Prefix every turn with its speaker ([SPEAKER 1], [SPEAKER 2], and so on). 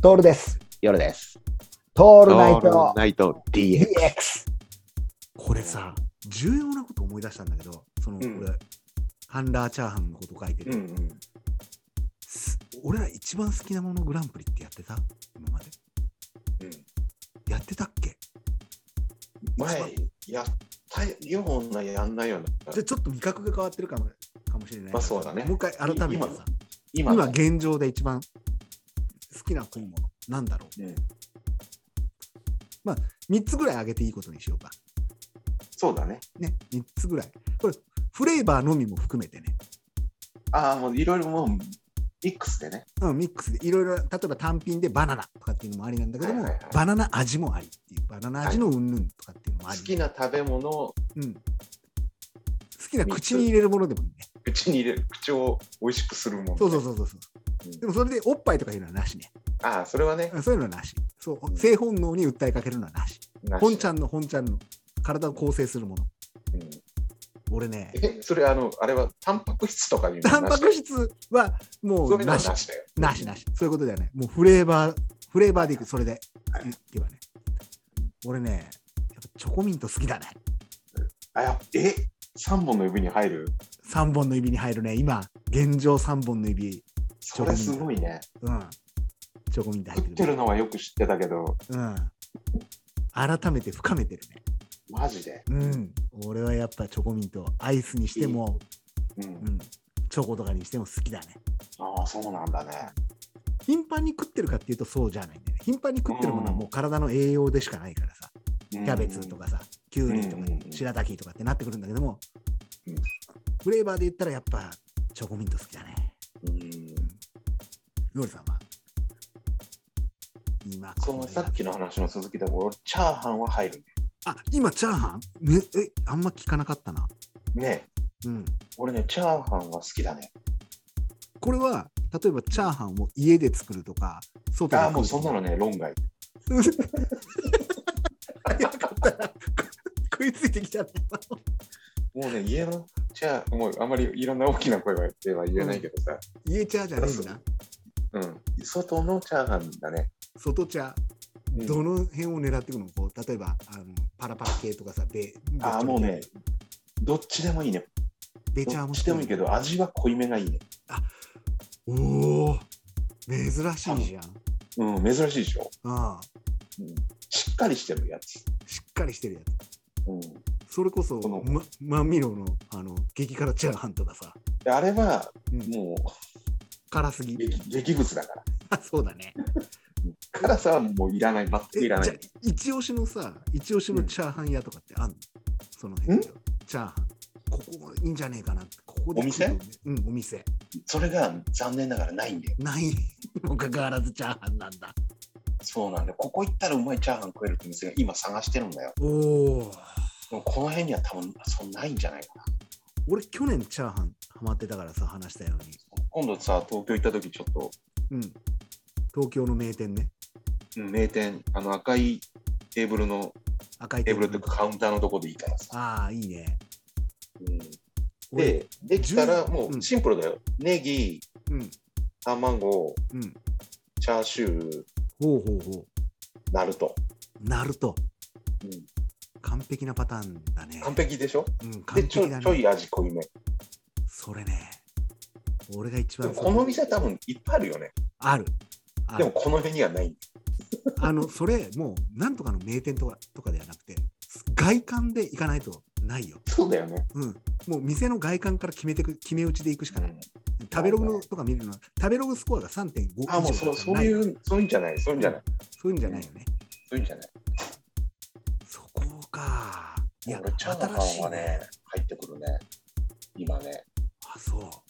[SPEAKER 1] トールです。
[SPEAKER 2] 夜です。
[SPEAKER 1] ト
[SPEAKER 2] オ
[SPEAKER 1] ールナイト
[SPEAKER 2] ナイト
[SPEAKER 1] DX。
[SPEAKER 2] DX。
[SPEAKER 3] これさ、重要なこと思い出したんだけど、その、
[SPEAKER 2] うん
[SPEAKER 3] 俺、ハンラーチャーハンのこと書いてる、
[SPEAKER 2] ん。
[SPEAKER 3] す俺ら一番好きなものグランプリってやってた今まで。やってたっけ
[SPEAKER 4] 前やったようなやんないような
[SPEAKER 3] じゃあちょっと味覚が変わってるかもかもしれない。
[SPEAKER 4] まあそうだね
[SPEAKER 3] もう一回改めてさ、
[SPEAKER 4] 今
[SPEAKER 3] 今現状で一番好きな食い物、なんだろう
[SPEAKER 4] うん
[SPEAKER 3] ?3 つぐらいあげていいことにしようか。
[SPEAKER 4] そうだね
[SPEAKER 3] ね、3つぐらい。これ、フレーバーのみも含めてね、
[SPEAKER 4] ああもういろいろもうミックスでね
[SPEAKER 3] うん、ミックスでいろいろ、例えば単品でバナナとかっていうのもありなんだけども、
[SPEAKER 4] はいはいはい
[SPEAKER 3] バナナ味もありっていう、バナナ味のうんぬんとかっていうのも
[SPEAKER 4] 好
[SPEAKER 3] あり。
[SPEAKER 4] きな食べ物を
[SPEAKER 3] うん、好きな口に入れるものでもいいね。
[SPEAKER 4] 口に入れる口を美味しくするもの
[SPEAKER 3] そうそうそうそうそうう。
[SPEAKER 4] ん
[SPEAKER 3] でもそれでおっぱいとかいうのはなしね。
[SPEAKER 4] ああそれはね
[SPEAKER 3] うんそういうのはなし。そうう、
[SPEAKER 4] ん
[SPEAKER 3] 性本能に訴えかけるのはなし。
[SPEAKER 4] なし
[SPEAKER 3] 本ちゃんの本ちゃんの体を構成するもの。
[SPEAKER 4] うん
[SPEAKER 3] 俺ね、
[SPEAKER 4] えそれあのあれはタンパク質とかにもなし
[SPEAKER 3] タンパク質はも
[SPEAKER 4] そうれな
[SPEAKER 3] な
[SPEAKER 4] な
[SPEAKER 3] し。
[SPEAKER 4] しだよ
[SPEAKER 3] なしなし。そういうことだよね。もうフレーバー、フレーバーでいく、それで。いけばね。俺ね、やっぱチョコミント好きだね。
[SPEAKER 4] あやっぱえ三本の指に入る
[SPEAKER 3] 3本の指に入るね。今、現状3本の指。
[SPEAKER 4] それすごいね
[SPEAKER 3] うん。チョコミント入っ
[SPEAKER 4] 食ってて
[SPEAKER 3] る
[SPEAKER 4] る。のはよく知ってたけど
[SPEAKER 3] うん。改めて深めてるね。
[SPEAKER 4] マジで
[SPEAKER 3] うん。俺はやっぱチョコミント、アイスにしても、
[SPEAKER 4] う
[SPEAKER 3] うんん。チョコとかにしても好きだね。
[SPEAKER 4] ああそうなんだね
[SPEAKER 3] 頻繁に食ってるかっていうとそうじゃないんだよね。頻繁に食ってるものはもう体の栄養でしかないからさ。
[SPEAKER 4] キ
[SPEAKER 3] キャベツとかさ、きゅうりとか
[SPEAKER 4] うんうんう、ん
[SPEAKER 3] 白滝とかってなってくるんだけども
[SPEAKER 4] うん、
[SPEAKER 3] フレーバーで言ったらやっぱチョコミント好きだね。
[SPEAKER 4] うん
[SPEAKER 3] ロールさんは今
[SPEAKER 4] そのさっきの。話の続きで俺チャーハンは入る
[SPEAKER 3] あ、今チャーハンね、え、あんま聞かなかったな。
[SPEAKER 4] ねね
[SPEAKER 3] うん。
[SPEAKER 4] 俺ねチャーハンは好きだね
[SPEAKER 3] これは、例えばチャーハンを家で作るとか、外で
[SPEAKER 4] あ
[SPEAKER 3] 食
[SPEAKER 4] あ
[SPEAKER 3] う
[SPEAKER 4] もうそんなのね論外
[SPEAKER 3] 早かったな。 食いついてきちゃった。
[SPEAKER 4] もうね家のチャーもうあんまりいろんな大きな声はでは言えないけどさ、
[SPEAKER 3] 家チャーじゃねえんだ。
[SPEAKER 4] うん外のチャーハンだね、
[SPEAKER 3] 外チャー。
[SPEAKER 4] うん
[SPEAKER 3] どの辺を狙っていくのこう例えばあのパラパラ系とかさ、ベ
[SPEAKER 4] ああもうねどっちでもいいね
[SPEAKER 3] ベチャ
[SPEAKER 4] ど
[SPEAKER 3] ー
[SPEAKER 4] っ
[SPEAKER 3] も
[SPEAKER 4] ちでもいいけど味は濃いめがいいね
[SPEAKER 3] おお珍しいじゃん。
[SPEAKER 4] うん珍しいでしょ
[SPEAKER 3] ああ
[SPEAKER 4] しっかりしてるやつ、
[SPEAKER 3] しっかりしてるや
[SPEAKER 4] うん、
[SPEAKER 3] つ。それこそ
[SPEAKER 4] この
[SPEAKER 3] ま、マンミロのあの激辛チャーハンとかさ、
[SPEAKER 4] であれは
[SPEAKER 3] うん、
[SPEAKER 4] も
[SPEAKER 3] 辛すぎ
[SPEAKER 4] う。激激物だから
[SPEAKER 3] あ そうだね。
[SPEAKER 4] 辛さはもういらない全く
[SPEAKER 3] え
[SPEAKER 4] いらな
[SPEAKER 3] じゃあ
[SPEAKER 4] い
[SPEAKER 3] 一押しのさ、一押しのチャーハン屋とかってあんの、その辺でチャーハン。ここいいんじゃねえかな。ここで食うとねうん、お店。
[SPEAKER 4] それが残念ながらないんだよ
[SPEAKER 3] ない にもかかわらずチャーハンなんだ。
[SPEAKER 4] そうなんだよここ行ったらうまいチャーハン食えるって店が今探してるんだよ。
[SPEAKER 3] おお。
[SPEAKER 4] でもこの辺には多分そうないんじゃないかな。
[SPEAKER 3] 俺去年チャーハンハマってたからさ話したように、
[SPEAKER 4] 今度さ、東京行った時ちょっと、
[SPEAKER 3] うん、東京の名店ね
[SPEAKER 4] うん名店、あの赤いテーブルの、
[SPEAKER 3] 赤い
[SPEAKER 4] テー
[SPEAKER 3] ブ
[SPEAKER 4] ブルっていうかカウンターのとこでいいからさ。
[SPEAKER 3] ああいいね
[SPEAKER 4] うん
[SPEAKER 3] 俺
[SPEAKER 4] で、できたら
[SPEAKER 3] 十
[SPEAKER 4] も
[SPEAKER 3] う
[SPEAKER 4] うんシンプルだよ。ネギ、
[SPEAKER 3] うん
[SPEAKER 4] 卵、
[SPEAKER 3] うん
[SPEAKER 4] チャーシュー、
[SPEAKER 3] ほうほうほ
[SPEAKER 4] ナルト。
[SPEAKER 3] うなると
[SPEAKER 4] うん
[SPEAKER 3] 完璧なパターンだね
[SPEAKER 4] 完璧でしょ
[SPEAKER 3] うん、完
[SPEAKER 4] でちょ
[SPEAKER 3] 璧だ
[SPEAKER 4] ちょ
[SPEAKER 3] ね
[SPEAKER 4] い味濃いめ。
[SPEAKER 3] それね俺が一
[SPEAKER 4] で
[SPEAKER 3] 番
[SPEAKER 4] もこの店多分いっぱいあるよね。
[SPEAKER 3] あるあ
[SPEAKER 4] で
[SPEAKER 3] る
[SPEAKER 4] もこの辺にはない。
[SPEAKER 3] あのそれもうなんとかの名店とかとかではなくて外観で行かないとないよ、
[SPEAKER 4] そうだよね。
[SPEAKER 3] うん、もう店の外観から決めてく決め打ちで行くしかない、食べログのとか見るのは食べログスコアが3.5以上
[SPEAKER 4] あ、もうそうそう、
[SPEAKER 3] ないいう
[SPEAKER 4] そういうんじゃない、そういうんじゃない、
[SPEAKER 3] そういうんじゃないよね。
[SPEAKER 4] そういうんじゃない。
[SPEAKER 3] そこか。いや
[SPEAKER 4] 俺、チャーハ
[SPEAKER 3] 新し
[SPEAKER 4] ン
[SPEAKER 3] い
[SPEAKER 4] はね、入ってくるね、今ね。
[SPEAKER 3] あ、そ